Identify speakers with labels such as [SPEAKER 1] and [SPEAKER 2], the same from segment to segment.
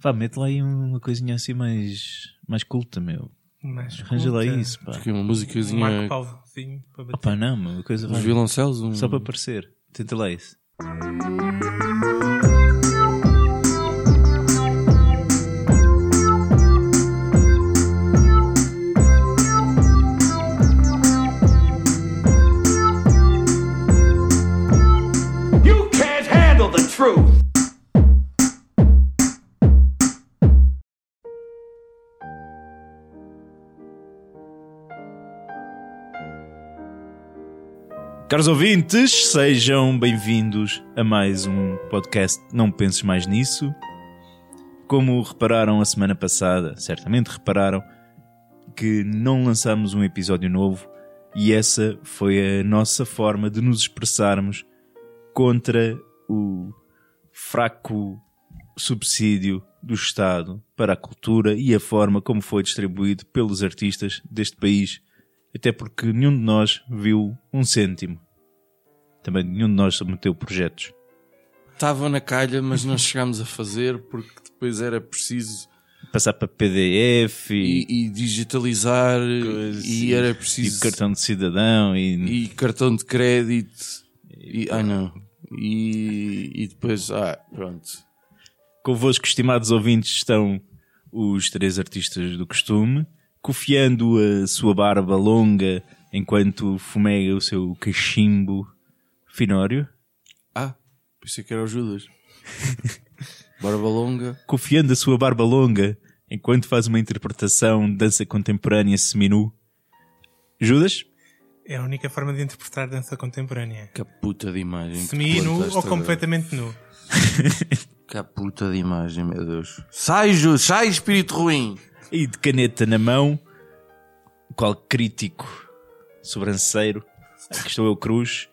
[SPEAKER 1] Pá, mete lá aí uma coisinha assim mais, mais culta, meu.
[SPEAKER 2] Mas
[SPEAKER 1] Arranja lá
[SPEAKER 2] puta,
[SPEAKER 1] isso, pá.
[SPEAKER 3] Acho que é uma
[SPEAKER 2] Um Marco
[SPEAKER 3] musicazinha.
[SPEAKER 2] Paulozinho para bater.
[SPEAKER 1] Opa, não, meu, a coisa
[SPEAKER 3] Os
[SPEAKER 1] vai.
[SPEAKER 3] violoncelos. Um...
[SPEAKER 1] Só para aparecer. Tenta lá isso.
[SPEAKER 4] You can't handle the truth.
[SPEAKER 1] Caros ouvintes, sejam bem-vindos a mais um podcast Não Penses Mais Nisso. Como repararam a semana passada, certamente repararam, que não lançámos um episódio novo e essa foi a nossa forma de nos expressarmos contra o fraco subsídio do Estado para a cultura e a forma como foi distribuído pelos artistas deste país, até porque nenhum de nós viu um cêntimo. Também nenhum de nós submeteu projetos.
[SPEAKER 3] Estava na calha, mas não chegámos a fazer porque depois era preciso
[SPEAKER 1] Passar para PDF e,
[SPEAKER 3] e, e digitalizar
[SPEAKER 1] coisas,
[SPEAKER 3] e era
[SPEAKER 1] e
[SPEAKER 3] preciso
[SPEAKER 1] cartão de cidadão e,
[SPEAKER 3] e cartão de crédito e ai não e, e depois ah pronto
[SPEAKER 1] Convosco, estimados ouvintes, estão os três artistas do costume, cofiando a sua barba longa enquanto fumega o seu cachimbo finório,
[SPEAKER 3] ah pensei que era o Judas barba longa
[SPEAKER 1] cofiando a sua barba longa enquanto faz uma interpretação de dança contemporânea seminu. Judas?
[SPEAKER 2] É a única forma de interpretar dança contemporânea.
[SPEAKER 3] caputa de imagem que
[SPEAKER 2] Semi-nu
[SPEAKER 3] plantaste
[SPEAKER 2] ou
[SPEAKER 3] agora.
[SPEAKER 2] completamente nu.
[SPEAKER 3] caputa de imagem meu Deus sai Judas sai espírito ruim
[SPEAKER 1] E de caneta na mão, qual crítico sobranceiro, aqui estou eu, Cruz,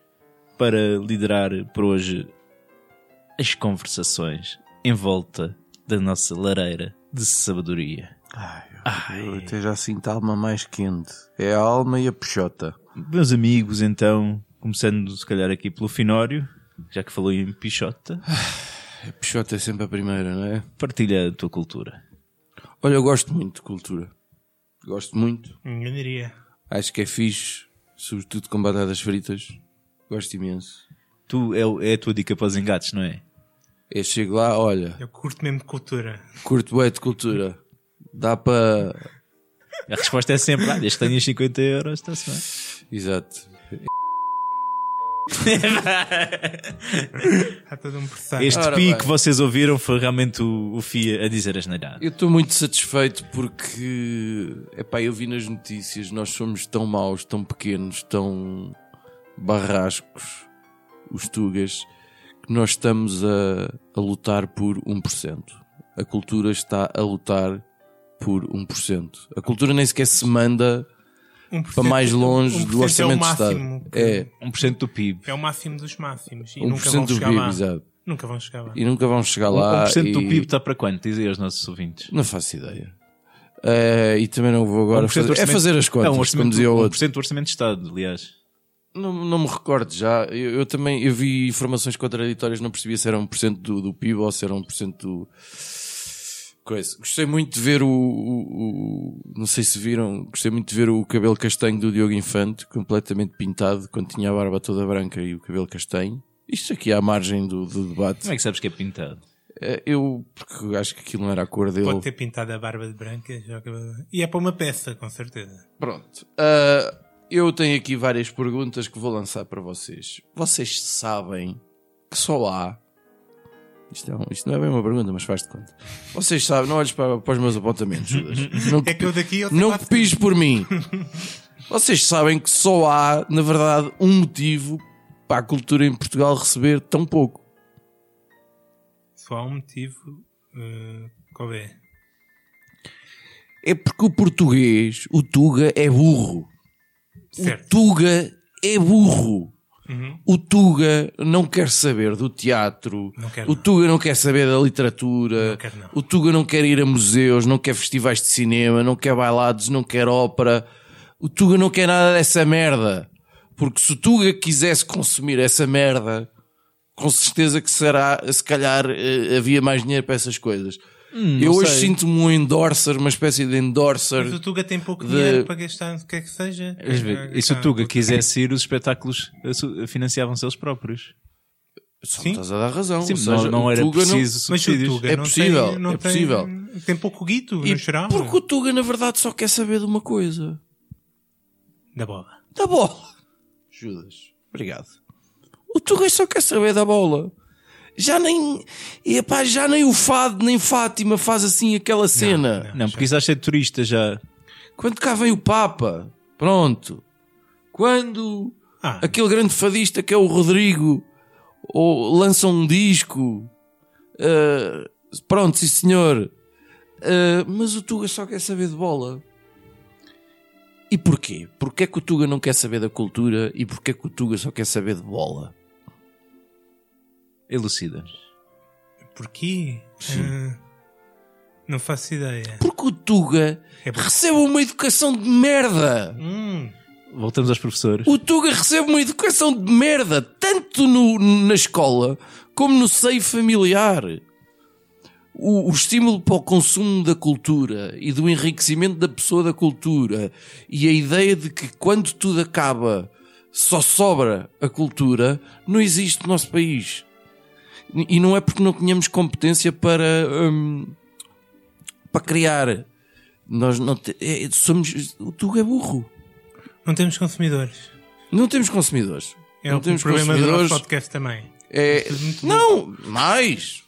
[SPEAKER 1] para liderar por hoje as conversações em volta da nossa lareira de sabedoria.
[SPEAKER 3] eu até já sinto a alma mais quente é a alma e a peixota
[SPEAKER 1] Meus amigos, então, começando se calhar aqui pelo Finório, já que falou em Pichota,
[SPEAKER 3] a peixota é sempre a primeira não é
[SPEAKER 1] partilha a tua cultura.
[SPEAKER 3] Olha, eu gosto muito de cultura. Gosto muito.
[SPEAKER 2] Ninguém diria.
[SPEAKER 3] Acho que é fixe, sobretudo com batatas fritas. Gosto imenso.
[SPEAKER 1] Tu é, o- é a tua dica para os engates, não é?
[SPEAKER 3] Eu chego lá, olha,
[SPEAKER 2] Eu curto mesmo de cultura.
[SPEAKER 3] curto bem de cultura. Dá para.
[SPEAKER 1] A resposta é sempre, ah, desde que tenhas 50 euros, está-se bem.
[SPEAKER 3] Exato.
[SPEAKER 2] Há todo um processo.
[SPEAKER 1] Este
[SPEAKER 3] Ora
[SPEAKER 1] pi
[SPEAKER 3] bem.
[SPEAKER 1] que vocês ouviram foi realmente o, o Fia a dizer as neiradas.
[SPEAKER 3] Eu estou muito satisfeito porque. Epá, eu vi nas notícias, nós somos tão maus, tão pequenos, tão barrascos, os tugas, que nós estamos a, a lutar por 1%. A cultura está a lutar por 1%. A cultura nem sequer se manda
[SPEAKER 2] 1%
[SPEAKER 3] para mais longe
[SPEAKER 2] 1%
[SPEAKER 3] do orçamento
[SPEAKER 2] é o
[SPEAKER 3] de Estado.
[SPEAKER 2] máximo que-
[SPEAKER 3] É,
[SPEAKER 1] 1% do PIB.
[SPEAKER 2] É o máximo dos máximos. E nunca
[SPEAKER 3] 1%
[SPEAKER 2] vão
[SPEAKER 3] do
[SPEAKER 2] chegar
[SPEAKER 3] PIB,
[SPEAKER 2] lá. Um
[SPEAKER 3] exato.
[SPEAKER 2] Nunca vão chegar lá.
[SPEAKER 3] é. E nunca vão chegar lá.
[SPEAKER 1] 1% do
[SPEAKER 3] e-
[SPEAKER 1] PIB está para quanto? Dizem aos nossos ouvintes.
[SPEAKER 3] Não faço ideia. Eh, e também não vou agora
[SPEAKER 1] 1%
[SPEAKER 3] fazer...
[SPEAKER 1] do
[SPEAKER 3] É
[SPEAKER 1] um orçamento-
[SPEAKER 3] fazer as contas,
[SPEAKER 1] É um
[SPEAKER 3] como
[SPEAKER 1] orçamento,
[SPEAKER 3] dizia o outro.
[SPEAKER 1] 1% do orçamento de Estado, aliás.
[SPEAKER 3] Não, não me recordo já. Eu, eu também eu vi informações contraditórias, não percebia se era 1% do, do PIB ou se era 1% do. Coisa. Gostei muito de ver o, o- o- Não sei se viram, gostei muito de ver o cabelo castanho do Diogo Infante, completamente pintado, quando tinha a barba toda branca e o cabelo castanho. Isto aqui é à margem do, do debate.
[SPEAKER 1] Como é que sabes que é pintado?
[SPEAKER 3] Eh, Eu, porque acho que aquilo não era a cor dele.
[SPEAKER 2] Pode ter pintado a barba de branca. já acabou. E é para uma peça, com certeza.
[SPEAKER 3] Pronto. Ah, eu tenho aqui várias perguntas que vou lançar para vocês. Vocês sabem que só há. Isto, é um- isto não é bem uma pergunta, mas faz de conta. Vocês sabem, não olhes para, para os meus apontamentos, Judas. Não,
[SPEAKER 2] É que eu daqui eu sei
[SPEAKER 3] não
[SPEAKER 2] quase-
[SPEAKER 3] pis por mim. Vocês sabem que só há, na verdade, um motivo para a cultura em Portugal receber tão pouco.
[SPEAKER 2] Só há um motivo. eh, qual é?
[SPEAKER 3] É porque o português, o Tuga, é burro. O
[SPEAKER 2] Certo.
[SPEAKER 3] Tuga é burro.
[SPEAKER 2] Uhum.
[SPEAKER 3] O Tuga não quer saber do teatro,
[SPEAKER 2] Não quer, não.
[SPEAKER 3] o Tuga não quer saber da literatura,
[SPEAKER 2] Não quer, não.
[SPEAKER 3] o Tuga não quer ir a museus, não quer festivais de cinema, não quer bailados, não quer ópera, o Tuga não quer nada dessa merda. Porque se o Tuga quisesse consumir essa merda, com certeza que será, se calhar eh, havia mais dinheiro para essas coisas. eu hoje
[SPEAKER 1] sei.
[SPEAKER 3] sinto-me um endorser, uma espécie de
[SPEAKER 2] Hum, Mas o
[SPEAKER 3] endorser.
[SPEAKER 2] Tuga tem pouco
[SPEAKER 3] de-
[SPEAKER 2] dinheiro para gastar no que é então, que seja.
[SPEAKER 1] Mas vê,
[SPEAKER 2] Para
[SPEAKER 1] E se o
[SPEAKER 2] gastar
[SPEAKER 1] Tuga
[SPEAKER 2] pouco.
[SPEAKER 1] quisesse ir, os espetáculos eh, su- financiavam-se eles próprios.
[SPEAKER 3] Sim.
[SPEAKER 2] Sim.
[SPEAKER 3] Estás a dar razão.
[SPEAKER 1] Sim,
[SPEAKER 3] Ou
[SPEAKER 1] não,
[SPEAKER 3] seja,
[SPEAKER 1] não
[SPEAKER 3] o
[SPEAKER 1] era
[SPEAKER 3] Tuga não-
[SPEAKER 1] preciso
[SPEAKER 2] Mas o
[SPEAKER 1] subsídios.
[SPEAKER 2] Tuga
[SPEAKER 3] É
[SPEAKER 2] não
[SPEAKER 3] possível,
[SPEAKER 2] tem, não
[SPEAKER 3] é
[SPEAKER 2] tem-
[SPEAKER 3] possível.
[SPEAKER 2] Tem pouco guito,
[SPEAKER 3] E
[SPEAKER 2] no geral.
[SPEAKER 3] porque o Tuga, na verdade, só quer saber de uma coisa:
[SPEAKER 2] Da bola.
[SPEAKER 3] da bola. Judas, obrigado. O Tuga só quer saber da bola. Já nem. E, epá, já nem o Fado, nem Fátima faz assim aquela cena.
[SPEAKER 1] Não, porque isso acha de turista já.
[SPEAKER 3] Quando cá vem o Papa, pronto. Quando
[SPEAKER 2] Ah,
[SPEAKER 3] aquele grande fadista que é o Rodrigo ou lança um disco, ah, pronto, sim senhor. Ah, mas o Tuga só quer saber de bola. E porquê? Porquê que o Tuga não quer saber da cultura e porquê que o Tuga só quer saber de bola?
[SPEAKER 1] Elucida.
[SPEAKER 2] porquê? Ah, não faço ideia.
[SPEAKER 3] Porque o Tuga
[SPEAKER 2] É porque-
[SPEAKER 3] recebe uma educação de merda.
[SPEAKER 2] Hum,
[SPEAKER 1] Voltamos aos professores.
[SPEAKER 3] O Tuga recebe uma educação de merda, tanto no- na escola como no seio familiar. O, o estímulo para o consumo da cultura e do enriquecimento da pessoa da cultura e a ideia de que quando tudo acaba só sobra a cultura não existe no nosso país. E não é porque não tenhamos competência para, hum, para criar. Nós não te- é- somos. O Tuga é burro.
[SPEAKER 2] não temos consumidores.
[SPEAKER 3] Não temos consumidores.
[SPEAKER 2] É
[SPEAKER 3] não
[SPEAKER 2] o
[SPEAKER 3] temos
[SPEAKER 2] problema do
[SPEAKER 3] consumidores.
[SPEAKER 2] nosso podcast também.
[SPEAKER 3] É- Não, mais.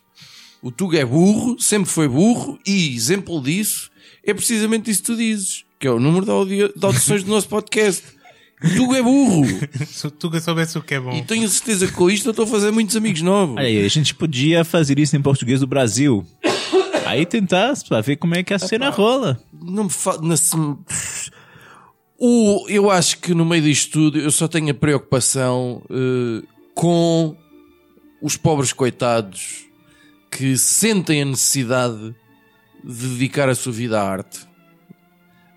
[SPEAKER 3] O Tuga é burro, sempre foi burro, e exemplo disso é precisamente isso que tu dizes, que é o número de, audi- de audições do nosso podcast. O Tuga é burro.
[SPEAKER 2] Se o Tuga soubesse o que é bom.
[SPEAKER 3] E tenho certeza que com isto eu estou a fazer muitos amigos novos.
[SPEAKER 1] Olha aí, a gente podia fazer isso em português do Brasil. Aí tentar pra ver como é que a cena rola.
[SPEAKER 3] Não me fa... na sem- o Eu acho que no meio disto tudo eu só tenho a preocupação eh, com os pobres coitados que sentem a necessidade de dedicar a sua vida à arte.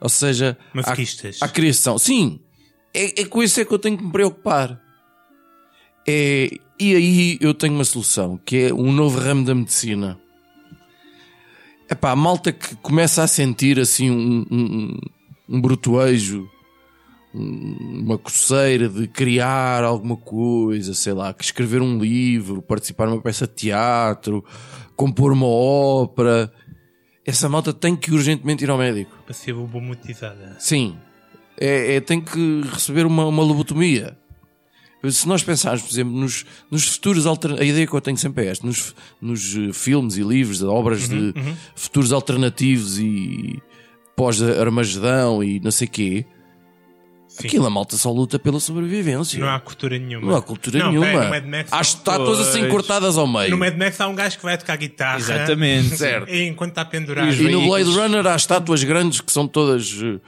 [SPEAKER 3] Ou seja,
[SPEAKER 2] Masoquistas.
[SPEAKER 3] à, à criação. Sim, é, é com isso é que eu tenho que me preocupar. É, e aí eu tenho uma solução, que é um novo ramo da medicina. É pá, a malta que começa a sentir assim um, um, um brotoejo, um- uma coceira de criar alguma coisa, sei lá, que escrever um livro, participar numa peça de teatro, compor uma ópera. Essa malta tem que urgentemente ir ao médico.
[SPEAKER 2] Para ser bomotizada.
[SPEAKER 3] Sim. É, é- tem que receber uma, uma lobotomia. Se nós pensarmos, por exemplo, nos, nos futuros alternativos, a ideia que eu tenho sempre é esta, nos, nos eh, filmes e livros, obras
[SPEAKER 2] Uhum,
[SPEAKER 3] de futuros alternativos e pós-Armagedão e não sei quê,
[SPEAKER 2] Sim.
[SPEAKER 3] aquilo a malta só luta pela sobrevivência.
[SPEAKER 2] Não há cultura nenhuma.
[SPEAKER 3] Não há cultura
[SPEAKER 2] Não,
[SPEAKER 3] nenhuma.
[SPEAKER 2] pera, no Mad Max
[SPEAKER 3] há
[SPEAKER 2] não.
[SPEAKER 3] estátuas assim
[SPEAKER 1] Pois.
[SPEAKER 3] cortadas ao meio.
[SPEAKER 2] No Mad Max há um gajo que vai tocar guitarra.
[SPEAKER 1] Exatamente.
[SPEAKER 3] Certo.
[SPEAKER 2] E enquanto está pendurado.
[SPEAKER 1] E
[SPEAKER 3] E no Blade
[SPEAKER 1] veículos.
[SPEAKER 3] Runner há estátuas grandes que são todas eh,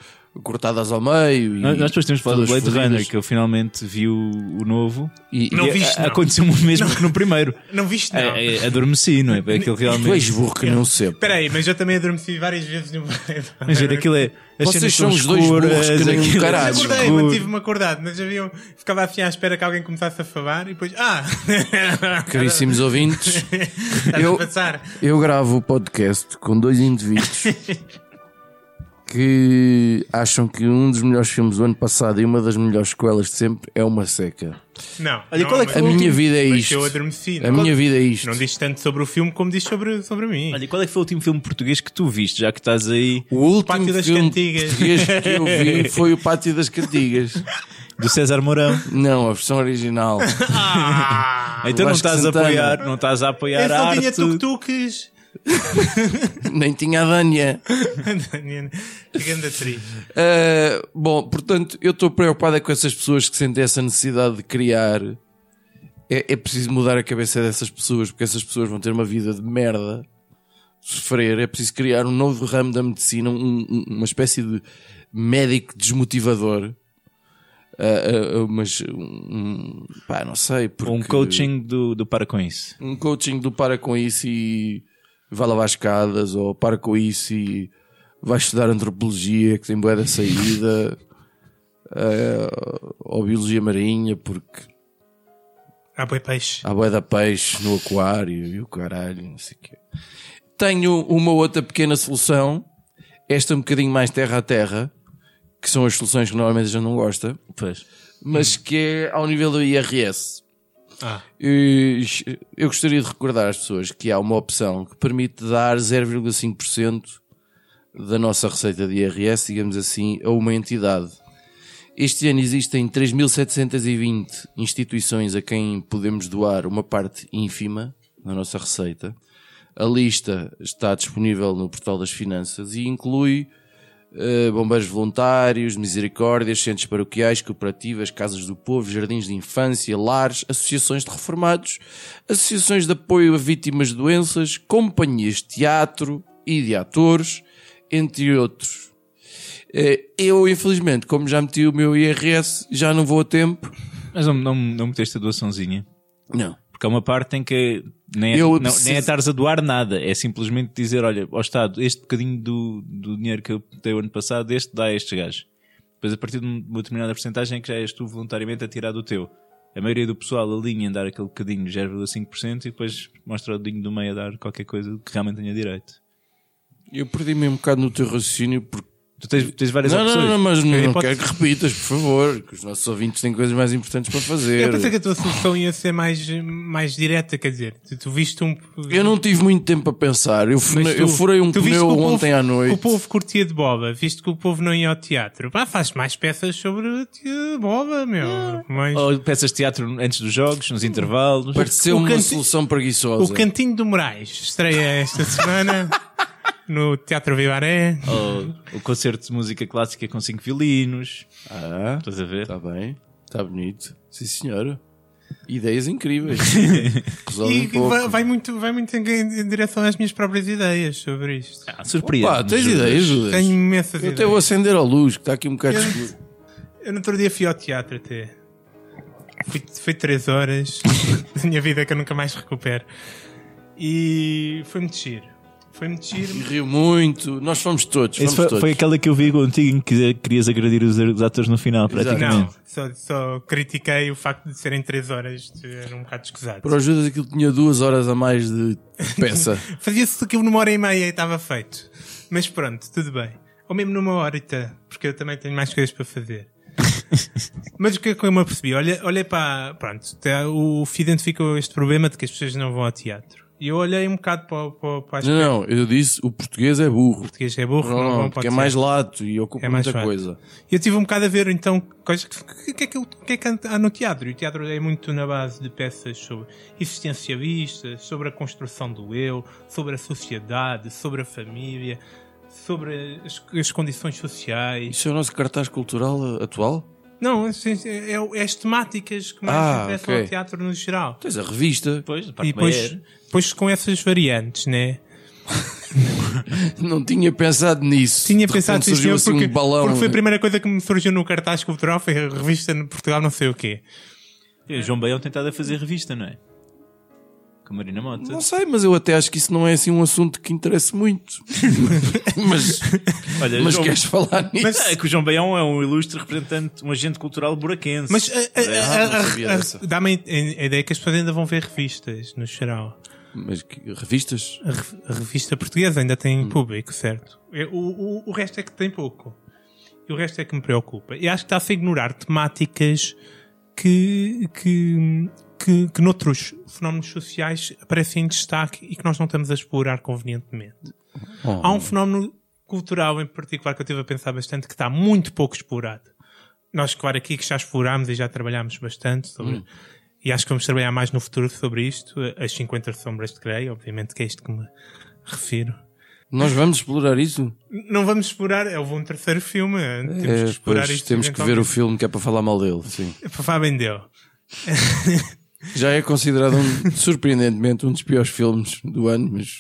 [SPEAKER 3] cortadas ao meio. e
[SPEAKER 1] Nós nós depois temos falado do
[SPEAKER 3] todas
[SPEAKER 1] Blade
[SPEAKER 3] fodidas.
[SPEAKER 1] Runner, que eu finalmente vi o, o novo.
[SPEAKER 3] E-
[SPEAKER 2] Não
[SPEAKER 1] E é,
[SPEAKER 2] viste,
[SPEAKER 1] a-
[SPEAKER 2] não.
[SPEAKER 1] Aconteceu o mesmo que no primeiro.
[SPEAKER 2] Não viste, não.
[SPEAKER 1] É, é, adormeci, não é? É Aquilo
[SPEAKER 3] Tu és
[SPEAKER 1] realmente.
[SPEAKER 3] burro que não sei.
[SPEAKER 2] Espera aí, mas eu também adormeci várias vezes no Blade
[SPEAKER 1] Mas ver,
[SPEAKER 2] Runner.
[SPEAKER 1] aquilo é. As cenas
[SPEAKER 3] Vocês são os dois
[SPEAKER 1] escuras,
[SPEAKER 3] burros que nem um
[SPEAKER 1] aquilo é
[SPEAKER 3] caralho.
[SPEAKER 2] Mas acordei,
[SPEAKER 1] escuro.
[SPEAKER 2] mantive-me acordado, mas havia, ficava assim à espera que alguém começasse a falar e depois. Ah!
[SPEAKER 3] Caríssimos ouvintes,
[SPEAKER 2] Estás
[SPEAKER 3] eu-
[SPEAKER 2] a passar.
[SPEAKER 3] eu gravo o podcast com dois indivíduos que acham que um dos melhores filmes do ano passado e uma das melhores escolas de sempre é uma seca.
[SPEAKER 2] Não.
[SPEAKER 1] Olha,
[SPEAKER 2] não,
[SPEAKER 1] qual é que
[SPEAKER 2] mas-
[SPEAKER 3] A minha vida é
[SPEAKER 2] mas
[SPEAKER 3] isto.
[SPEAKER 2] Eu adormeci.
[SPEAKER 3] A
[SPEAKER 2] não.
[SPEAKER 3] minha vida é isto.
[SPEAKER 2] Não diz tanto sobre o filme como diz sobre, sobre mim.
[SPEAKER 1] Olha, qual é que foi o último filme português que tu viste, já que estás aí
[SPEAKER 3] O último
[SPEAKER 2] Pátio das
[SPEAKER 3] filme
[SPEAKER 2] Cantigas.
[SPEAKER 3] português que eu vi foi o Pátio das Cantigas.
[SPEAKER 1] do César Mourão?
[SPEAKER 3] Não, a versão original.
[SPEAKER 1] Então não
[SPEAKER 3] Vasco
[SPEAKER 1] estás a
[SPEAKER 3] Santana.
[SPEAKER 1] apoiar, não estás a apoiar a
[SPEAKER 2] Ah! Esse não tinha
[SPEAKER 1] arte.
[SPEAKER 2] tuk-tuks.
[SPEAKER 3] Nem tinha a Dânia.
[SPEAKER 2] Que grande atriz.
[SPEAKER 3] Uh, bom, portanto, eu estou preocupada com essas pessoas que sentem essa necessidade de criar. É, é preciso mudar a cabeça dessas pessoas, porque essas pessoas vão ter uma vida de merda, sofrer. É preciso criar um novo ramo da medicina, um- um- uma espécie de médico desmotivador. Uh, uh, uh, mas, um, pá, não sei. Porque...
[SPEAKER 1] Um coaching do, do Para com isso.
[SPEAKER 3] um coaching do para com isso e vai lavar escadas, ou para com isso e vai estudar antropologia, que tem boa da saída, eh, ou biologia marinha, porque
[SPEAKER 2] Ah, boi peixe.
[SPEAKER 3] há boé da peixe no aquário e o caralho, não sei o quê. Tenho uma outra pequena solução, esta um bocadinho mais terra a terra, que são as soluções que normalmente a gente não gosta,
[SPEAKER 1] Pois.
[SPEAKER 3] mas que é ao nível do IRS.
[SPEAKER 2] Ah,
[SPEAKER 3] Eh, Eu gostaria de recordar às pessoas que há uma opção que permite dar 0,5% da nossa receita de IRS, digamos assim, a uma entidade. Este ano existem 3.720 instituições a quem podemos doar uma parte ínfima da nossa receita. A lista está disponível no Portal das Finanças e inclui eh, bombeiros voluntários, misericórdias, centros paroquiais, cooperativas, casas do povo, jardins de infância, lares, associações de reformados, associações de apoio a vítimas de doenças, companhias de teatro e de atores, entre outros. Eh, Eu, infelizmente, como já meti o meu IRS, já não vou a tempo.
[SPEAKER 1] Mas não, não, não meteste a doaçãozinha.
[SPEAKER 3] Não.
[SPEAKER 1] Porque há uma parte em que nem é,
[SPEAKER 3] Eu
[SPEAKER 1] não,
[SPEAKER 3] preciso-
[SPEAKER 1] nem é estares a doar nada, é simplesmente dizer: olha, ao Estado, este bocadinho do, do dinheiro que eu dei o ano passado, este dá a estes gajos. Depois, a partir de uma determinada porcentagem, é que já és tu voluntariamente a tirar do teu. A maioria do pessoal alinha em dar aquele bocadinho, 0,5%, e depois mostra o dedinho do meio a dar qualquer coisa que realmente tenha direito.
[SPEAKER 3] Eu perdi-me um bocado no teu raciocínio porque.
[SPEAKER 1] Tu tens, tens várias
[SPEAKER 3] Não,
[SPEAKER 1] opções.
[SPEAKER 3] não, não, mas
[SPEAKER 1] Eu
[SPEAKER 3] não
[SPEAKER 1] posso-
[SPEAKER 3] quero que repitas, por favor, que os nossos ouvintes têm coisas mais importantes para fazer.
[SPEAKER 2] eu pensei que a tua solução ia ser mais, mais direta, quer dizer, tu, tu viste um.
[SPEAKER 3] Eu não tive muito tempo a pensar. Eu, fune-
[SPEAKER 2] Mas tu-
[SPEAKER 3] eu furei um
[SPEAKER 2] tu viste
[SPEAKER 3] pneu
[SPEAKER 2] que o povo-
[SPEAKER 3] ontem à noite.
[SPEAKER 2] que O povo curtia de boba, visto que o povo não ia ao teatro. Pá, faz mais peças sobre eh, boba, meu. Mas
[SPEAKER 3] Ah,
[SPEAKER 1] Ou peças de teatro antes dos jogos, nos intervalos.
[SPEAKER 3] Pareceu
[SPEAKER 2] o
[SPEAKER 3] uma
[SPEAKER 2] canti-
[SPEAKER 3] solução
[SPEAKER 2] o
[SPEAKER 3] preguiçosa.
[SPEAKER 2] Cantinho do Moraes estreia esta semana no Teatro Vivaré.
[SPEAKER 3] Ah,
[SPEAKER 1] Ou o concerto de música clássica com cinco violinos.
[SPEAKER 3] Ah,
[SPEAKER 1] Estás a ver?
[SPEAKER 3] está bem. Está bonito. Sim, senhora. Ideias incríveis. Resolve
[SPEAKER 2] E
[SPEAKER 3] um pouco.
[SPEAKER 2] vai, vai muito, vai muito em, em direção às minhas próprias ideias sobre isto.
[SPEAKER 1] Ah,
[SPEAKER 3] Pá,
[SPEAKER 1] surpreende.
[SPEAKER 3] tens ideias, Judas?
[SPEAKER 2] Tenho imensas
[SPEAKER 3] Eu até
[SPEAKER 2] ideias.
[SPEAKER 3] vou acender ao luz, que está aqui um bocado escuro.
[SPEAKER 2] Eu no outro dia fui ao teatro até. Fui, fui três horas da minha vida que eu nunca mais recupero. E foi-me de giro. Foi-me de giro.
[SPEAKER 3] E Riu muito. Nós fomos todos. Fomos
[SPEAKER 1] Esse foi,
[SPEAKER 3] todos.
[SPEAKER 1] foi aquela que eu vi contigo em que quise- querias agredir os, os atores no final,
[SPEAKER 2] Não,
[SPEAKER 1] praticamente.
[SPEAKER 2] só, só critiquei o facto de serem três horas, de- era um bocado escusado.
[SPEAKER 3] Para o Judas aquilo tinha duas horas a mais de peça.
[SPEAKER 2] Fazia-se aquilo numa hora e meia e estava feito. Mas pronto, tudo bem. Ou mesmo numa horita, porque eu também tenho mais coisas para fazer. Mas o que é que eu me apercebi? Olhei, olhei para. Pronto, tá- o FI identificou este problema de que as pessoas não vão ao teatro. E eu olhei um bocado para, o- para, o- para as
[SPEAKER 3] não, não, eu disse o português é burro.
[SPEAKER 2] português é burro, não,
[SPEAKER 3] Não,
[SPEAKER 2] vão
[SPEAKER 3] não,
[SPEAKER 2] para o
[SPEAKER 3] porque é
[SPEAKER 2] teatro.
[SPEAKER 3] mais lato e ocupa
[SPEAKER 2] É mais
[SPEAKER 3] muita
[SPEAKER 2] chato.
[SPEAKER 3] coisa.
[SPEAKER 2] E eu tive um bocado a ver, então, coisas que, que, que, é que, que é que há no teatro. E o teatro é muito na base de peças sobre existencialistas, sobre a construção do eu, sobre a sociedade, sobre a família, sobre as, as condições sociais.
[SPEAKER 3] Isso é o nosso cartaz cultural eh, atual?
[SPEAKER 2] Não, assim, é, é as temáticas que mais
[SPEAKER 3] Ah,
[SPEAKER 2] interessam
[SPEAKER 3] ok. é.
[SPEAKER 2] ao teatro no geral.
[SPEAKER 3] Tens a revista.
[SPEAKER 1] Pois,
[SPEAKER 2] E depois, depois com essas variantes, né?
[SPEAKER 3] Não tinha pensado nisso.
[SPEAKER 2] Tinha
[SPEAKER 3] De
[SPEAKER 2] pensado
[SPEAKER 3] repente surgiu
[SPEAKER 2] nisso
[SPEAKER 3] assim
[SPEAKER 2] porque,
[SPEAKER 3] um balão.
[SPEAKER 2] porque foi a primeira coisa que me surgiu no cartaz cultural, foi a revista no Portugal não sei o quê.
[SPEAKER 1] E o João Baião tentado a fazer revista, não é? Com a Marina Mota.
[SPEAKER 3] Não sei, mas eu até acho que isso não é assim um assunto que interessa muito. mas
[SPEAKER 2] É
[SPEAKER 1] Olha,
[SPEAKER 3] mas
[SPEAKER 1] João-
[SPEAKER 3] queres falar nisso?
[SPEAKER 1] Mas é que o João Baião é um ilustre representante, um agente cultural buraquense.
[SPEAKER 2] Mas eh, a- a- a-
[SPEAKER 3] Ah, não
[SPEAKER 2] a-
[SPEAKER 3] sabia
[SPEAKER 2] a-
[SPEAKER 3] dessa.
[SPEAKER 2] eh, dá-me a, a ideia que as pessoas ainda vão ver revistas, no geral.
[SPEAKER 3] Mas que- revistas?
[SPEAKER 2] A, re- a revista portuguesa ainda tem público, certo? É, O, o, o resto é que tem pouco. E o resto é que me preocupa. E acho que está-se a ignorar temáticas que, que, que, que noutros fenómenos sociais aparecem em destaque e que nós não estamos a explorar convenientemente. Há um fenómeno cultural em particular que eu estive a pensar bastante que está muito pouco explorado. Nós, claro, aqui que já explorámos e já trabalhámos bastante sobre. E acho que vamos trabalhar mais no futuro sobre isto. As 50 Sombras de Grey, obviamente, que é isto que me refiro.
[SPEAKER 3] Nós vamos explorar isso?
[SPEAKER 2] Não vamos explorar, houve um terceiro filme. Temos
[SPEAKER 3] É,
[SPEAKER 2] que explorar
[SPEAKER 3] pois,
[SPEAKER 2] isto.
[SPEAKER 3] temos que ver o filme que é para falar mal dele. Sim.
[SPEAKER 2] o. Fabem deu.
[SPEAKER 3] Já é considerado, um, surpreendentemente, um dos piores filmes do ano, mas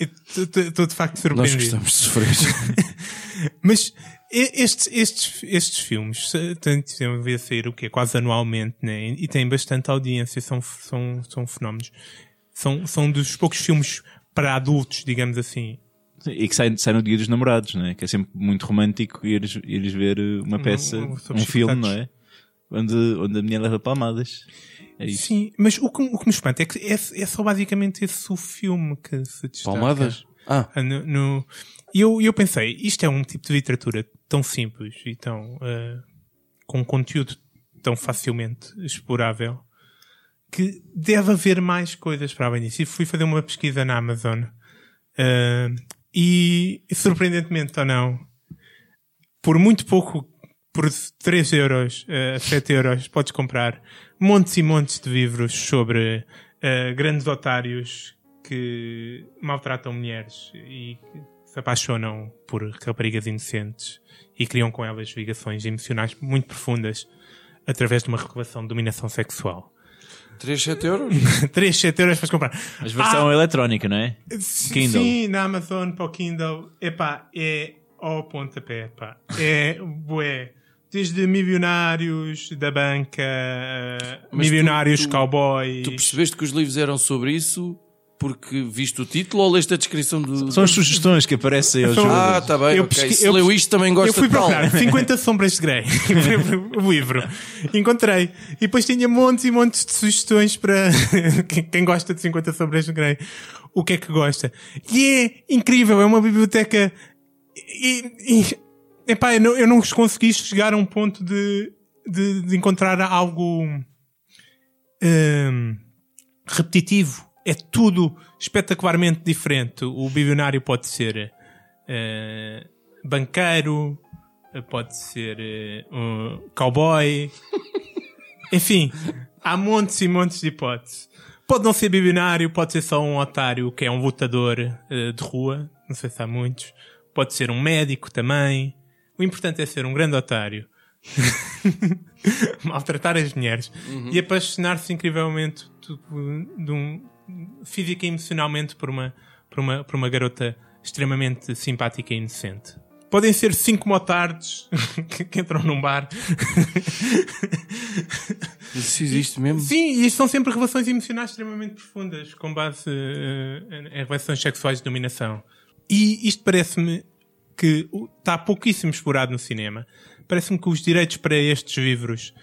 [SPEAKER 2] Estou de facto
[SPEAKER 3] nós
[SPEAKER 2] surpreendido.
[SPEAKER 3] gostamos de sofrer.
[SPEAKER 2] Mas e- estes, estes, estes filmes se- tanto eu devia sair o quê? Quase anualmente, né? E têm bastante audiência, são, f- são, são fenómenos. São, são dos poucos filmes para adultos, digamos assim.
[SPEAKER 1] E que sai, sai no dia dos namorados, não é? Que é sempre muito romântico ires, ires ver uh, uma peça,
[SPEAKER 2] um-
[SPEAKER 1] um,
[SPEAKER 2] sobre
[SPEAKER 1] filme,
[SPEAKER 2] chicletados.
[SPEAKER 1] não é? Onde, onde a mulher leva palmadas. É isso.
[SPEAKER 2] Sim, mas o que, o que me espanta é que é, é só basicamente esse o filme que se destaca.
[SPEAKER 3] Palmadas? Ah.
[SPEAKER 2] No, no- E eu, eu pensei, isto é um tipo de literatura tão simples e tão. ah, com conteúdo tão facilmente explorável que deve haver mais coisas para além disso. E fui fazer uma pesquisa na Amazon ah, e, surpreendentemente ou não, por muito pouco, por 3 euros, eh, 7 euros, podes comprar montes e montes de livros sobre eh, grandes otários que maltratam mulheres e que se apaixonam por raparigas inocentes e criam com elas ligações emocionais muito profundas através de uma relação de dominação sexual.
[SPEAKER 3] 3, 7 euros?
[SPEAKER 2] 3, 7 euros podes comprar.
[SPEAKER 1] Mas versão eletrónica, não é?
[SPEAKER 2] S-
[SPEAKER 1] Kindle.
[SPEAKER 2] Sim, na Amazon para o Kindle. Epá, é ao pontapé, pá. É, bué. Desde milionários da banca, a
[SPEAKER 3] Mas tu-
[SPEAKER 2] milionários
[SPEAKER 3] tu-
[SPEAKER 2] cowboys.
[SPEAKER 3] Tu percebeste que os livros eram sobre isso porque viste o título ou leste a descrição do.
[SPEAKER 1] São as sugestões que aparecem aos
[SPEAKER 2] São-
[SPEAKER 1] jogadores.
[SPEAKER 3] Ah, tá bem.
[SPEAKER 2] Eu
[SPEAKER 3] ok.
[SPEAKER 2] pesqui-
[SPEAKER 3] Se
[SPEAKER 2] eu
[SPEAKER 3] leu
[SPEAKER 2] pes-
[SPEAKER 3] isto também gosta
[SPEAKER 2] Eu fui
[SPEAKER 3] de tal.
[SPEAKER 2] procurar 50 sombras de Grey, o livro. Encontrei. E depois tinha montes e montes de sugestões para quem- quem gosta de 50 sombras de Grey. O que é que gosta? E é incrível, é uma biblioteca. E, e, epá, eu não, eu não consegui chegar a um ponto de, de, de encontrar algo hum, repetitivo. É tudo espetacularmente diferente. O bilionário pode ser eh, banqueiro, eh, pode ser eh, um cowboy. Enfim, há montes e montes de hipóteses. Pode não ser bilionário, pode ser só um otário que é um lutador eh, de rua. Não sei se há muitos. Pode ser um médico também. O importante é ser um grande otário. Maltratar as mulheres e apaixonar-se incrivelmente tu- de um, física e emocionalmente por uma, por, uma, por uma garota extremamente simpática e inocente. Podem ser cinco motards que, que entram num bar.
[SPEAKER 3] Isso existe mesmo.
[SPEAKER 2] Sim, e são sempre relações emocionais extremamente profundas, com base eh, em em relações sexuais de dominação. E isto parece-me que o- está pouquíssimo explorado no cinema. Parece-me que os direitos para estes livros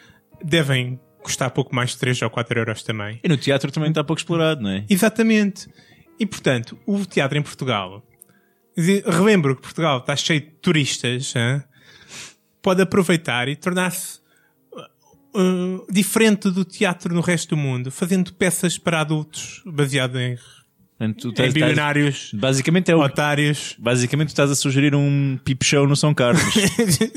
[SPEAKER 2] devem custar pouco mais de 3 ou 4 euros também.
[SPEAKER 1] E no teatro também está pouco explorado, não é?
[SPEAKER 2] Exatamente. E portanto, o teatro em Portugal. de- Relembro que Portugal está cheio de turistas, hã? pode aproveitar e tornar-se uh, uh, diferente do teatro no resto do mundo, fazendo peças para adultos baseado em,
[SPEAKER 1] Portanto, tu
[SPEAKER 2] em
[SPEAKER 1] tens- tens-
[SPEAKER 2] bilionários,
[SPEAKER 1] basicamente é o.
[SPEAKER 2] otários.
[SPEAKER 1] Basicamente tu estás a sugerir um peep show no São Carlos.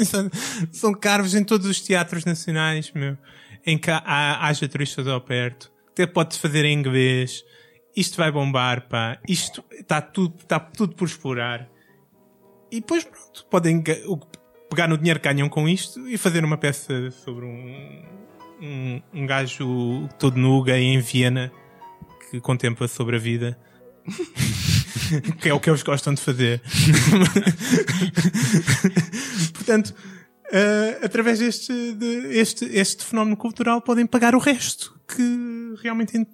[SPEAKER 2] São- São carvos em todos os teatros nacionais, meu, em que há, haja turistas ao perto. Até pode fazer em inglês. Isto vai bombar, pá. Isto está tudo, está tudo por explorar. E depois, pronto, podem ga- o- pegar no dinheiro que ganham com isto e fazer uma peça sobre um, um, um gajo todo nu, gay em Viena, que contempla sobre a vida. que é o que eles gostam de fazer. Portanto, eh, através deste de- este, este fenómeno cultural podem pagar o resto, que realmente en-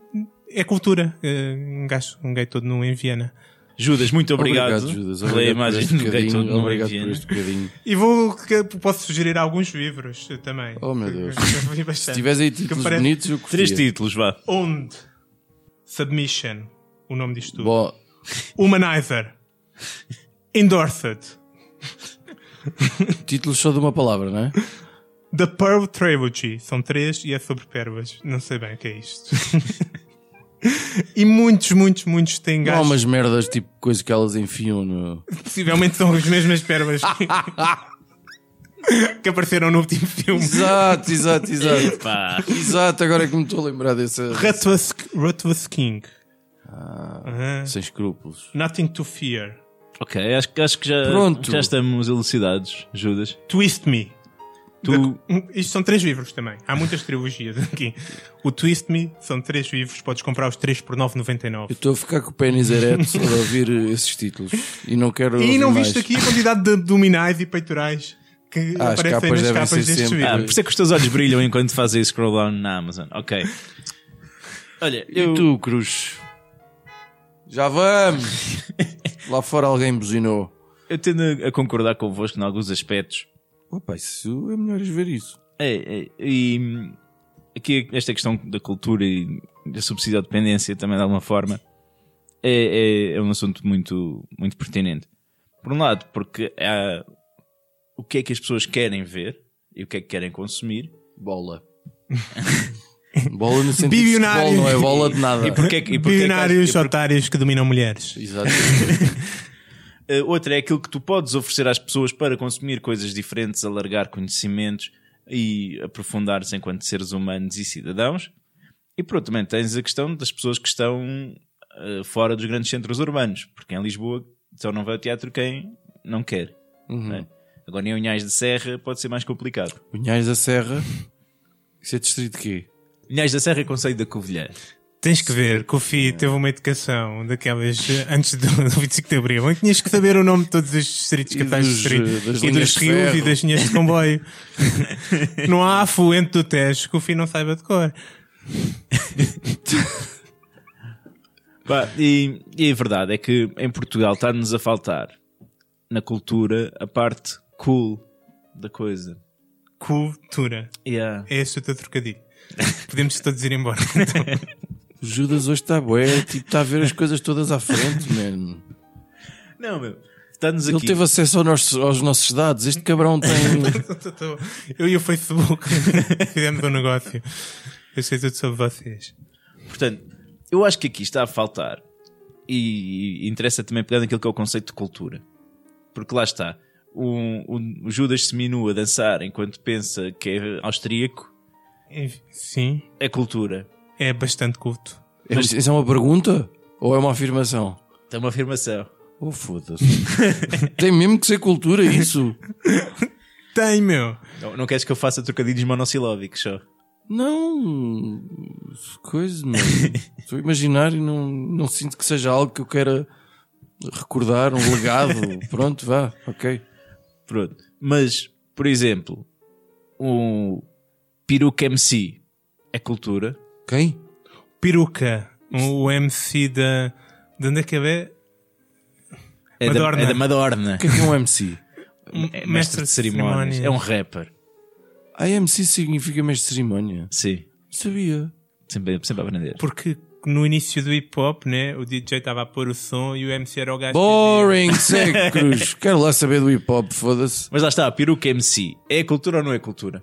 [SPEAKER 2] é cultura. Eh, um, gajo, um gay todo nu em Viena.
[SPEAKER 1] Judas, muito obrigado.
[SPEAKER 3] Judas.
[SPEAKER 1] Pela
[SPEAKER 3] Obrigado por
[SPEAKER 1] imagem é
[SPEAKER 3] este
[SPEAKER 1] do gay todo
[SPEAKER 3] bocadinho.
[SPEAKER 1] nu em
[SPEAKER 3] Obrigado por
[SPEAKER 1] Viena.
[SPEAKER 3] este bocadinho.
[SPEAKER 2] E vou que posso sugerir alguns livros eh, também.
[SPEAKER 3] Oh, meu Deus.
[SPEAKER 2] Eu vi
[SPEAKER 3] Se
[SPEAKER 2] bastante.
[SPEAKER 3] tivesse aí
[SPEAKER 2] Que
[SPEAKER 3] títulos
[SPEAKER 2] parece-
[SPEAKER 3] bonitos, eu curtia.
[SPEAKER 1] Três títulos, vá.
[SPEAKER 2] Onde? Submission. O nome disto tudo.
[SPEAKER 3] Bom,
[SPEAKER 2] Humanizer. Endorsed.
[SPEAKER 3] títulos só de uma palavra, não é?
[SPEAKER 2] The Pearl Trilogy. São três e é sobre pérolas. Não sei bem o que é isto. e muitos, muitos, muitos têm
[SPEAKER 3] Não há
[SPEAKER 2] gajos.
[SPEAKER 3] umas merdas tipo coisas que elas enfiam no.
[SPEAKER 2] Possivelmente são as mesmas pérolas que- que apareceram no último filme.
[SPEAKER 3] Exato, exato, exato.
[SPEAKER 1] Pá.
[SPEAKER 3] Exato, agora é que me estou a lembrar dessa.
[SPEAKER 2] Ruthless, Ruthless King. Aham.
[SPEAKER 3] Sem escrúpulos.
[SPEAKER 2] Ah. Nothing to Fear.
[SPEAKER 1] Ok, acho, que- acho que já,
[SPEAKER 3] Pronto.
[SPEAKER 1] já estamos elucidados, Judas.
[SPEAKER 2] Twist Me.
[SPEAKER 1] Tu,
[SPEAKER 2] Hum, Isto são três livros também. Há muitas trilogias aqui. O Twist Me são três livros. Podes comprar os três por
[SPEAKER 3] Eu
[SPEAKER 2] 9,99.
[SPEAKER 3] estou a ficar com o pênis ereto só de ouvir eh, esses títulos. E não quero.
[SPEAKER 2] E
[SPEAKER 3] ouvir
[SPEAKER 2] não
[SPEAKER 3] mais.
[SPEAKER 2] viste aqui a quantidade de abdominais e peitorais que
[SPEAKER 3] Ah, as
[SPEAKER 2] aparecem
[SPEAKER 3] capas
[SPEAKER 2] nas
[SPEAKER 3] devem
[SPEAKER 2] capas
[SPEAKER 3] ser
[SPEAKER 2] destes
[SPEAKER 3] sempre-
[SPEAKER 1] ah,
[SPEAKER 2] livros.
[SPEAKER 1] por isso é que os teus olhos brilham enquanto fazes scroll down na Amazon. Ok. Olha,
[SPEAKER 3] E
[SPEAKER 1] eu,
[SPEAKER 3] tu, Cruz? Já vamos! Lá fora alguém buzinou.
[SPEAKER 1] eu tendo a- a concordar convosco em alguns aspectos.
[SPEAKER 3] Opa, isso é melhor ver isso.
[SPEAKER 1] É, é, e hum, aqui esta questão da cultura e da subsídio à dependência também de alguma forma é, é- é um assunto muito, muito pertinente. Por um lado, porque há o que é que as pessoas querem ver e o que é que querem consumir.
[SPEAKER 3] Bola. bola no sentido
[SPEAKER 2] Bilionário.
[SPEAKER 3] de futebol, não é bola de nada.
[SPEAKER 1] E porque é que- e porque é que
[SPEAKER 2] Bilionários,
[SPEAKER 1] acho- e
[SPEAKER 2] otários que dominam mulheres.
[SPEAKER 3] Exato.
[SPEAKER 1] Uh, outra é aquilo que tu podes oferecer às pessoas para consumir coisas diferentes, alargar conhecimentos e aprofundar-se enquanto seres humanos e cidadãos. E pronto, também tens a questão das pessoas que estão uh, fora dos grandes centros urbanos, porque em Lisboa só não vai ao teatro quem não quer. não é? Agora em Unhais de Serra pode ser mais complicado.
[SPEAKER 3] Unhais da Serra. Isso é distrito de quê?
[SPEAKER 1] Unhais da Serra é Conselho da Covilhã.
[SPEAKER 2] Tens que ver que o FI teve uma educação daquelas eh, antes do, do 25 de Abril, em que tinhas que saber o nome de todos os distritos
[SPEAKER 3] E
[SPEAKER 2] capitais
[SPEAKER 3] dos,
[SPEAKER 2] dos, distrito,
[SPEAKER 3] eh, das
[SPEAKER 2] e
[SPEAKER 3] linhas
[SPEAKER 2] dos
[SPEAKER 3] de
[SPEAKER 2] rios
[SPEAKER 3] ferro.
[SPEAKER 2] e das linhas de comboio. não há afluente do Tejo que o FI não saiba de cor.
[SPEAKER 1] Pá, e, e a verdade é que em Portugal está-nos a faltar na cultura a parte cool da coisa.
[SPEAKER 2] Cultura.
[SPEAKER 1] Yeah.
[SPEAKER 2] É esse o teu trocadilho. Podemos todos ir embora.
[SPEAKER 3] O Judas hoje está bué, tipo, está a ver as coisas todas à frente, mano.
[SPEAKER 1] Não, meu. Está-nos
[SPEAKER 3] Ele
[SPEAKER 1] aqui.
[SPEAKER 3] teve acesso aos nossos, aos nossos dados. Este cabrão tem.
[SPEAKER 2] Então, Eu e o Facebook fizemos um negócio. Eu sei tudo sobre vocês.
[SPEAKER 1] Portanto, eu acho que aqui está a faltar. E, e interessa também pegar naquilo que é o conceito de cultura. Porque lá está. O, o- o Judas seminu a dançar enquanto pensa que é austríaco
[SPEAKER 2] Enfim, Sim,
[SPEAKER 1] é cultura.
[SPEAKER 2] é bastante culto.
[SPEAKER 3] É- Isso é uma pergunta? Ou é uma afirmação?
[SPEAKER 1] É uma afirmação.
[SPEAKER 3] Oh, foda-se. tem mesmo que ser cultura isso.
[SPEAKER 2] Tem, meu.
[SPEAKER 1] Não, não queres que eu faça trocadilhos monossilábicos só?
[SPEAKER 3] Não. Coisa, mano. Estou a imaginar e não, não sinto que seja algo que eu queira recordar, um legado. Pronto, vá, ok.
[SPEAKER 1] Pronto. Mas, por exemplo, o peruca MC é cultura.
[SPEAKER 3] Quem?
[SPEAKER 2] Peruca, o MC da. De onde é que é?
[SPEAKER 1] É
[SPEAKER 2] Madorna.
[SPEAKER 1] Da, é da Madorna.
[SPEAKER 3] O que é que é um MC?
[SPEAKER 1] É mestre de cerimónias. É um rapper.
[SPEAKER 3] Ah, MC significa mestre de cerimónia.
[SPEAKER 1] Sim.
[SPEAKER 3] Sabia.
[SPEAKER 1] Sempre, sempre a aprender.
[SPEAKER 2] Porque no início do hip hop, né? O DJ estava a pôr o som e o MC era o gajo. que
[SPEAKER 3] Boring, segue, Cruz. Quero lá saber do hip hop, foda-se.
[SPEAKER 1] Mas lá está, a peruca MC. É cultura ou não é cultura?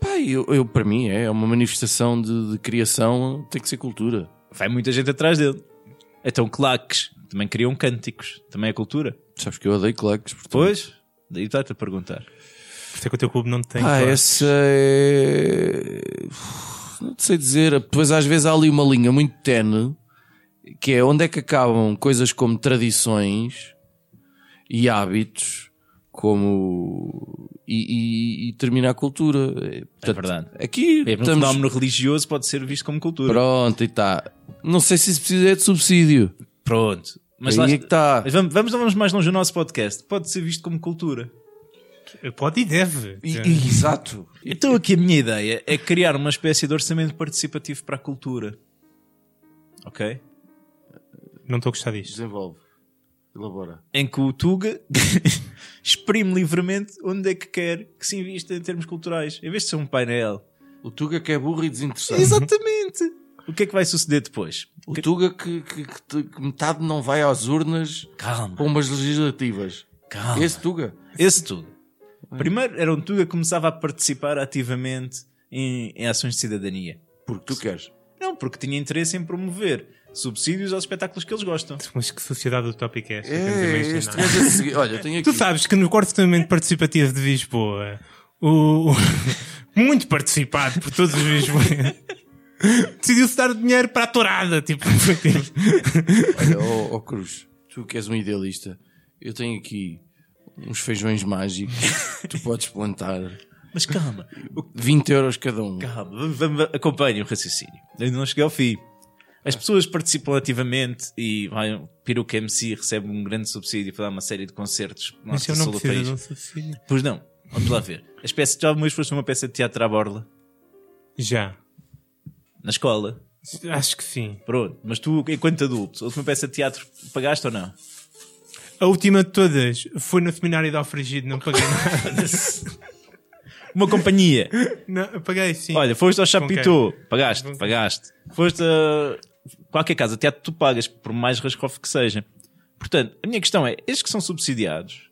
[SPEAKER 3] Pá, eu, eu- para mim é uma manifestação de, de criação, tem que ser cultura.
[SPEAKER 1] Vai muita gente atrás dele. Então, claques também criam cânticos. Também é cultura.
[SPEAKER 3] Sabes que eu odeio claques, portanto.
[SPEAKER 1] Pois, daí está-te a perguntar.
[SPEAKER 2] dizia. Por isso é que o teu clube não tem.
[SPEAKER 3] Ah,
[SPEAKER 2] claro.
[SPEAKER 3] essa é. Não te sei dizer. Pois às vezes há ali uma linha muito tenue que é onde é que acabam coisas como tradições e hábitos como. e, e- e termina a cultura. É, portanto,
[SPEAKER 1] verdade. Mesmo
[SPEAKER 3] Aqui
[SPEAKER 1] um
[SPEAKER 3] É, estamos.
[SPEAKER 1] fenómeno religioso pode ser visto como cultura.
[SPEAKER 3] Pronto, e tá. Não sei se isso precisa é de subsídio.
[SPEAKER 1] Pronto. Mas
[SPEAKER 3] Aí
[SPEAKER 1] lá
[SPEAKER 3] é que tá.
[SPEAKER 1] Mas vamos, vamos, vamos mais longe do nosso podcast. Pode ser visto como cultura.
[SPEAKER 2] Pode e deve.
[SPEAKER 3] E- e- exato.
[SPEAKER 1] Então aqui a minha ideia é criar uma espécie de orçamento participativo para a cultura. Ok?
[SPEAKER 2] Não estou a gostar disto.
[SPEAKER 3] Desenvolve. Elabora.
[SPEAKER 1] Em que o Tuga exprime livremente onde é que quer que se invista em termos culturais. Em vez de ser um painel.
[SPEAKER 3] O Tuga que é burro e desinteressante.
[SPEAKER 1] Exatamente! o que é que vai suceder depois?
[SPEAKER 3] O Tuga que, que- que te- que metade não vai às urnas
[SPEAKER 1] Calma,
[SPEAKER 3] com umas legislativas.
[SPEAKER 1] calma. Esse,
[SPEAKER 3] Esse Tuga.
[SPEAKER 1] Tuga. Primeiro era um Tuga que começava a participar ativamente em- em ações de cidadania.
[SPEAKER 3] Porque tu queres.
[SPEAKER 1] Não, porque tinha interesse em promover subsídios aos espetáculos que eles gostam.
[SPEAKER 2] Mas que sociedade utópica é esta? Temos
[SPEAKER 3] É,
[SPEAKER 2] a imaginar.
[SPEAKER 3] este é- gajo a seguir. Olha, eu tenho aqui.
[SPEAKER 2] Tu sabes que no orçamento participativo de Lisboa, o, o- muito participado por todos os lisboetas, decidiu-se dar o dinheiro para a tourada. Tipo, foi tipo,
[SPEAKER 3] Olha, ó- ó Cruz, tu que és um idealista, eu tenho aqui uns feijões mágicos. tu podes plantar
[SPEAKER 1] Mas calma, o-
[SPEAKER 3] 20 euros cada um.
[SPEAKER 1] calma, vamos- vamos- acompanhe o raciocínio. Ainda não cheguei ao fim. As pessoas participam ativamente e vai, o Peruca MC recebe um grande subsídio para dar uma série de concertos. no
[SPEAKER 2] mas
[SPEAKER 1] nosso
[SPEAKER 2] eu não
[SPEAKER 1] sul do
[SPEAKER 2] preciso
[SPEAKER 1] país.
[SPEAKER 2] de um subsídio.
[SPEAKER 1] Pois não, vamos lá ver. As peças, já algumas foste uma peça de teatro à borla,
[SPEAKER 2] Já.
[SPEAKER 1] na escola.
[SPEAKER 2] Acho que sim.
[SPEAKER 1] Pronto, mas tu, enquanto adulto, a última peça de teatro pagaste ou não?
[SPEAKER 2] A última de todas foi no seminário de Alfragido, não paguei nada.
[SPEAKER 1] Uma companhia.
[SPEAKER 2] Não, paguei sim.
[SPEAKER 1] Olha, foste ao Chapitou, pagaste,
[SPEAKER 2] Ok.
[SPEAKER 1] pagaste. Foste a qualquer casa de teatro tu pagas, por mais rascofo que seja. Portanto, a minha questão é, estes que são subsidiados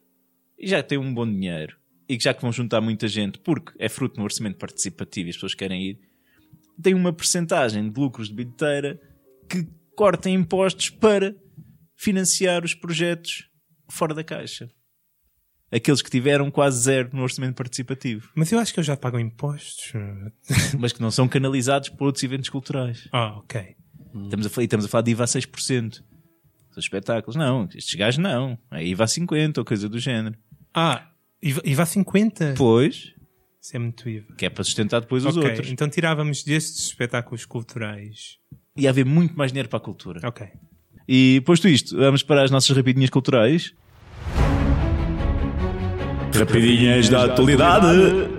[SPEAKER 1] e já têm um bom dinheiro e que já que vão juntar muita gente, porque é fruto de um orçamento participativo e as pessoas querem ir, têm uma percentagem de lucros de bilheteira que cortem impostos para financiar os projetos fora da caixa. Aqueles que tiveram quase zero no orçamento participativo,
[SPEAKER 2] Mas eu acho que eu já pago impostos.
[SPEAKER 1] mas que não são canalizados por outros eventos culturais.
[SPEAKER 2] Ah, ok.
[SPEAKER 1] Estamos a, falar- e estamos a falar de IVA a 6%. Os espetáculos, não. Estes gajos não. É IVA a 50% ou coisa do género.
[SPEAKER 2] Ah, IVA IVA 50?
[SPEAKER 1] Pois,
[SPEAKER 2] Isso é muito IVA.
[SPEAKER 1] que é para sustentar depois os
[SPEAKER 2] Ok,
[SPEAKER 1] outros.
[SPEAKER 2] então tirávamos destes espetáculos culturais.
[SPEAKER 1] E haver muito mais dinheiro para a cultura.
[SPEAKER 2] Ok.
[SPEAKER 1] E posto isto, vamos para as nossas rapidinhas culturais. Rapidinhas da atualidade.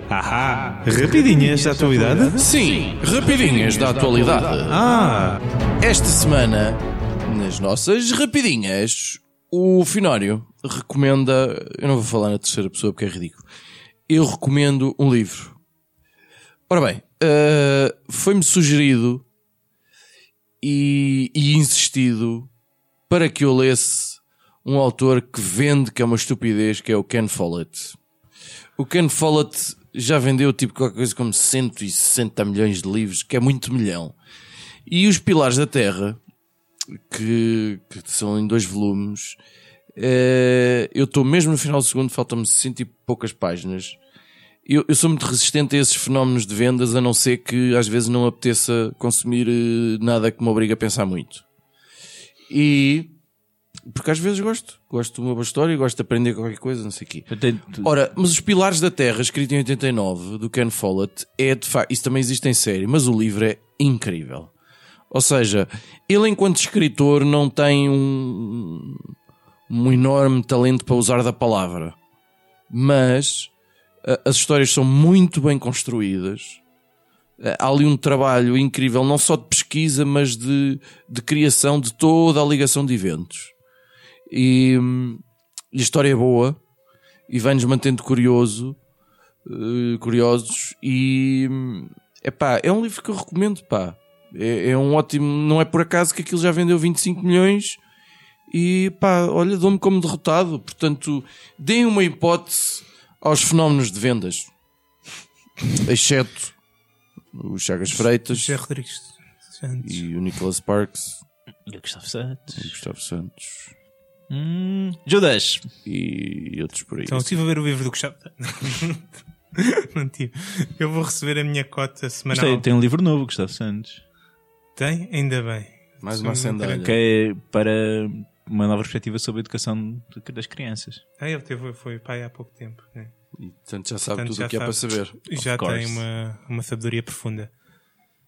[SPEAKER 1] Ahá. Rapidinhas da atualidade.
[SPEAKER 3] Sim, rapidinhas da atualidade. Ah! Esta semana, nas nossas rapidinhas, o Finório recomenda. Eu não vou falar na terceira pessoa porque é ridículo. Eu recomendo um livro. Ora bem, eh, foi-me sugerido e, e insistido para que eu lesse um autor que vende que é uma estupidez, que é o Ken Follett. O Ken Follett já vendeu tipo qualquer coisa como 160 milhões de livros, que é muito milhão. E os Pilares da Terra, que, que são em dois volumes, eh, eu estou mesmo no final do segundo, faltam-me 60 e poucas páginas. Eu, eu sou muito resistente a esses fenómenos de vendas, a não ser que às vezes não apeteça consumir eh, nada que me obrigue a pensar muito. E. Porque às vezes gosto. Gosto de uma boa história, gosto de aprender qualquer coisa, não sei o quê.
[SPEAKER 1] Portanto,
[SPEAKER 3] Ora, mas Os Pilares da Terra, escrito em 89, do Ken Follett, é de facto. Isso também existe em série, mas o livro é incrível. Ou seja, ele, enquanto escritor, não tem um, um enorme talento para usar da palavra, mas a- as histórias são muito bem construídas. Eh, Há ali um trabalho incrível, não só de pesquisa, mas de, de criação de toda a ligação de eventos. E, hum, e a história é boa, e vai-nos mantendo curioso, eh, curiosos e é pá, é um livro que eu recomendo, pá. É, é um ótimo, não é por acaso que aquilo já vendeu 25 milhões e pá, olha, dou-me como derrotado. Portanto, deem uma hipótese aos fenómenos de vendas, exceto o Chagas Freitas
[SPEAKER 2] José Rodrigues Santos.
[SPEAKER 3] e o Nicholas Sparks,
[SPEAKER 1] e o Gustavo
[SPEAKER 3] o
[SPEAKER 1] Santos.
[SPEAKER 3] Gustavo Santos
[SPEAKER 1] Hum, Judas.
[SPEAKER 3] e outros por aí.
[SPEAKER 2] Então, estive a ver o livro do Gustavo. Não tive. Eu vou receber a minha cota semanal.
[SPEAKER 1] Tem, tem um livro novo, Gustavo Santos.
[SPEAKER 2] Tem? Ainda bem.
[SPEAKER 3] Mais uma sandália.
[SPEAKER 1] Que é para uma nova perspectiva sobre a educação de- das crianças.
[SPEAKER 2] Ah, ele teve, foi pai há pouco tempo. Né?
[SPEAKER 3] E, portanto, já sabe
[SPEAKER 2] Portanto,
[SPEAKER 3] tudo
[SPEAKER 2] já
[SPEAKER 3] o que há
[SPEAKER 2] sabe.
[SPEAKER 3] para saber.
[SPEAKER 2] E já
[SPEAKER 1] course.
[SPEAKER 2] tem uma, uma sabedoria profunda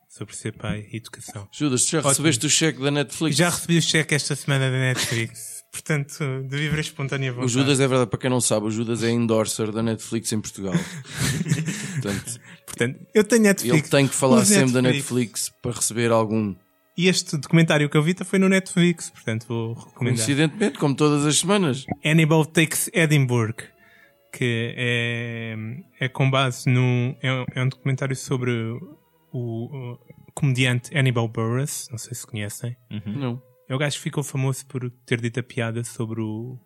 [SPEAKER 2] sobre ser pai e educação.
[SPEAKER 3] Judas, tu já recebeste o cheque da Netflix?
[SPEAKER 2] Já recebi o cheque esta semana da Netflix. Portanto, de livre e espontânea
[SPEAKER 3] O
[SPEAKER 2] vontade.
[SPEAKER 3] Judas, é verdade, para quem não sabe, o Judas é endorser da Netflix em Portugal. Portanto,
[SPEAKER 2] Portanto, eu tenho Netflix.
[SPEAKER 3] ele tem que falar
[SPEAKER 2] uso
[SPEAKER 3] sempre da Netflix para receber algum.
[SPEAKER 2] E este documentário que eu vi foi no Netflix. Portanto, vou recomendar.
[SPEAKER 3] Coincidentemente, como todas as semanas.
[SPEAKER 2] Hannibal Takes Edinburgh, que é, é com base num. É um, é um documentário sobre o, o comediante Hannibal Buress, não sei se conhecem.
[SPEAKER 3] Não.
[SPEAKER 2] É o gajo que ficou famoso por ter dito a piada sobre o,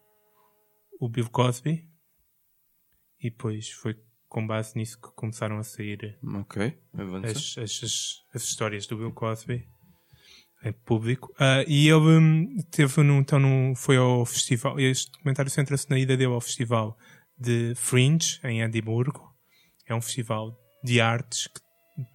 [SPEAKER 2] o Bill Cosby. E depois foi com base nisso que começaram a sair
[SPEAKER 3] Ok, avança.
[SPEAKER 2] as, as- as- as histórias do Bill Cosby em público. Ah, e ele hum, teve num- então num- foi ao festival. Este documentário centra-se na ida dele ao festival de Fringe, em Edimburgo. É um festival de artes que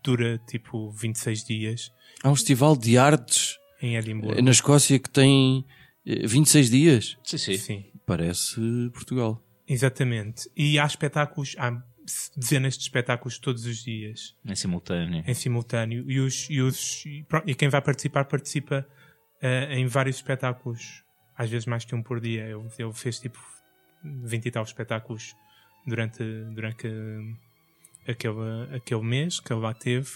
[SPEAKER 2] dura tipo 26 dias
[SPEAKER 3] Há um festival de artes
[SPEAKER 2] em
[SPEAKER 3] eh,
[SPEAKER 2] Edimburgo.
[SPEAKER 3] na Escócia que tem eh, 26 dias.
[SPEAKER 1] Sim, sim.
[SPEAKER 2] Sim.
[SPEAKER 3] Parece Portugal.
[SPEAKER 2] Exatamente. E há espetáculos, há dezenas de espetáculos todos os dias,
[SPEAKER 1] Em simultâneo.
[SPEAKER 2] em simultâneo. E, os, e, os, e, pro- e quem vai participar, participa eh, em vários espetáculos, às vezes mais que um por dia. Ele, ele fez tipo 20 e tal espetáculos durante, durante hum, aquele, aquele mês que ele lá teve.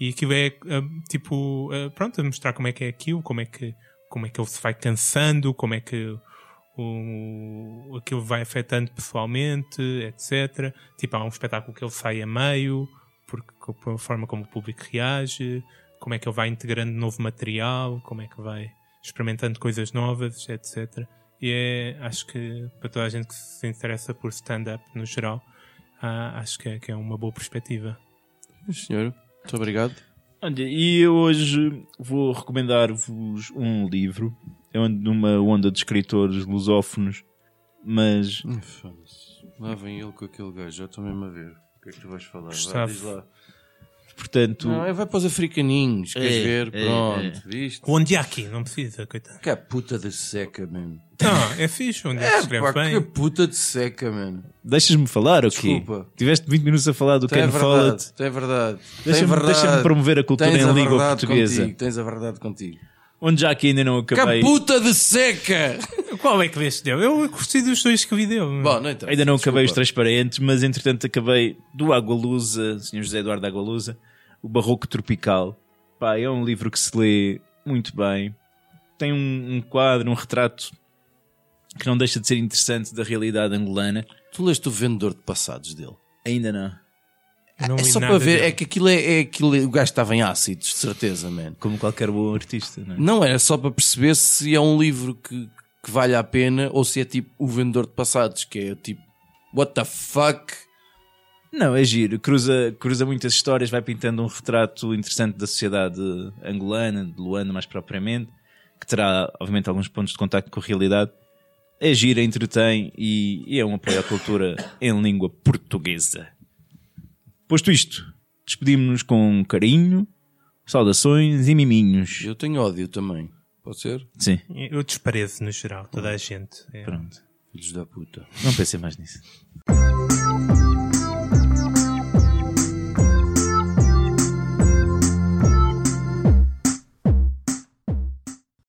[SPEAKER 2] E aquilo é hum, tipo, eh, pronto, a mostrar como é que é aquilo, como é que, como é que ele se vai cansando, como é que o, aquilo vai afetando pessoalmente, etc. Tipo, há um espetáculo que ele sai a meio, porque com a forma como o público reage, como é que ele vai integrando novo material, como é que vai experimentando coisas novas, etc. E é, acho que para toda a gente que se interessa por stand-up no geral, ah, acho que é, que é uma boa perspectiva.
[SPEAKER 3] Sim, senhor, muito obrigado.
[SPEAKER 1] Olha, e eu hoje vou recomendar-vos um livro. Eu ando numa onda de escritores lusófonos, mas
[SPEAKER 3] Lá vem ele com aquele gajo, já estou mesmo a ver. O que é que tu vais falar? Vai,
[SPEAKER 2] Gustavo.
[SPEAKER 3] diz lá.
[SPEAKER 1] portanto.
[SPEAKER 3] Não, é vai para os africaninhos, queres
[SPEAKER 5] É,
[SPEAKER 3] ver?
[SPEAKER 5] é,
[SPEAKER 3] Pronto, viste?
[SPEAKER 2] O Ondiaki, não precisa, coitado.
[SPEAKER 3] Que puta de seca, mano.
[SPEAKER 2] Não, é fixe, o Ondiaki escreve
[SPEAKER 3] Pá, que
[SPEAKER 2] bem.
[SPEAKER 3] puta de seca, mano.
[SPEAKER 1] Deixas-me falar, ok?
[SPEAKER 3] Desculpa.
[SPEAKER 1] Tiveste 20 minutos a falar do
[SPEAKER 3] Tem
[SPEAKER 1] Ken Follett.
[SPEAKER 3] verdade, tem verdade. Tem
[SPEAKER 1] Deixa-me-
[SPEAKER 3] verdade.
[SPEAKER 1] deixa-me promover a cultura
[SPEAKER 3] Tens
[SPEAKER 1] em língua
[SPEAKER 3] verdade
[SPEAKER 1] portuguesa.
[SPEAKER 3] Contigo, tens a verdade contigo.
[SPEAKER 1] Onde já que ainda não acabei.
[SPEAKER 3] Que puta de seca!
[SPEAKER 2] Qual é que deste deu? Eu gostei dos dois que vi deu.
[SPEAKER 3] Bom, não interessa.
[SPEAKER 1] Ainda não acabei os
[SPEAKER 3] Desculpa.
[SPEAKER 1] transparentes, mas entretanto acabei do Agualusa, Sr. José Eduardo Agualusa, o Barroco Tropical. Pá, é um livro que se lê muito bem. Tem um, um quadro, um retrato que não deixa de ser interessante da realidade angolana.
[SPEAKER 3] Tu leste o vendedor de passados dele.
[SPEAKER 1] Ainda não.
[SPEAKER 2] Eu não
[SPEAKER 3] é
[SPEAKER 2] li
[SPEAKER 3] só
[SPEAKER 2] nada
[SPEAKER 3] para ver,
[SPEAKER 2] dele.
[SPEAKER 3] é que aquilo é, é aquilo. é- O gajo estava em ácidos, de certeza, man.
[SPEAKER 1] Como qualquer bom artista, não é?
[SPEAKER 3] Não era só para perceber se é um livro que, que vale a pena ou se é tipo o vendedor de passados, que é tipo, what the fuck?
[SPEAKER 1] Não, é giro. Cruza, cruza muitas histórias, vai pintando um retrato interessante da sociedade angolana, de Luanda mais propriamente, que terá, obviamente, alguns pontos de contacto com a realidade. É giro, entretém e, e é um apoio à cultura em língua portuguesa. Posto isto, despedimos-nos com carinho, saudações e miminhos.
[SPEAKER 3] Eu tenho ódio também. Pode ser?
[SPEAKER 1] Sim,
[SPEAKER 2] Eu desprezo no geral, toda a gente. É.
[SPEAKER 1] pronto.
[SPEAKER 3] Filhos da puta.
[SPEAKER 1] Não pensei mais nisso.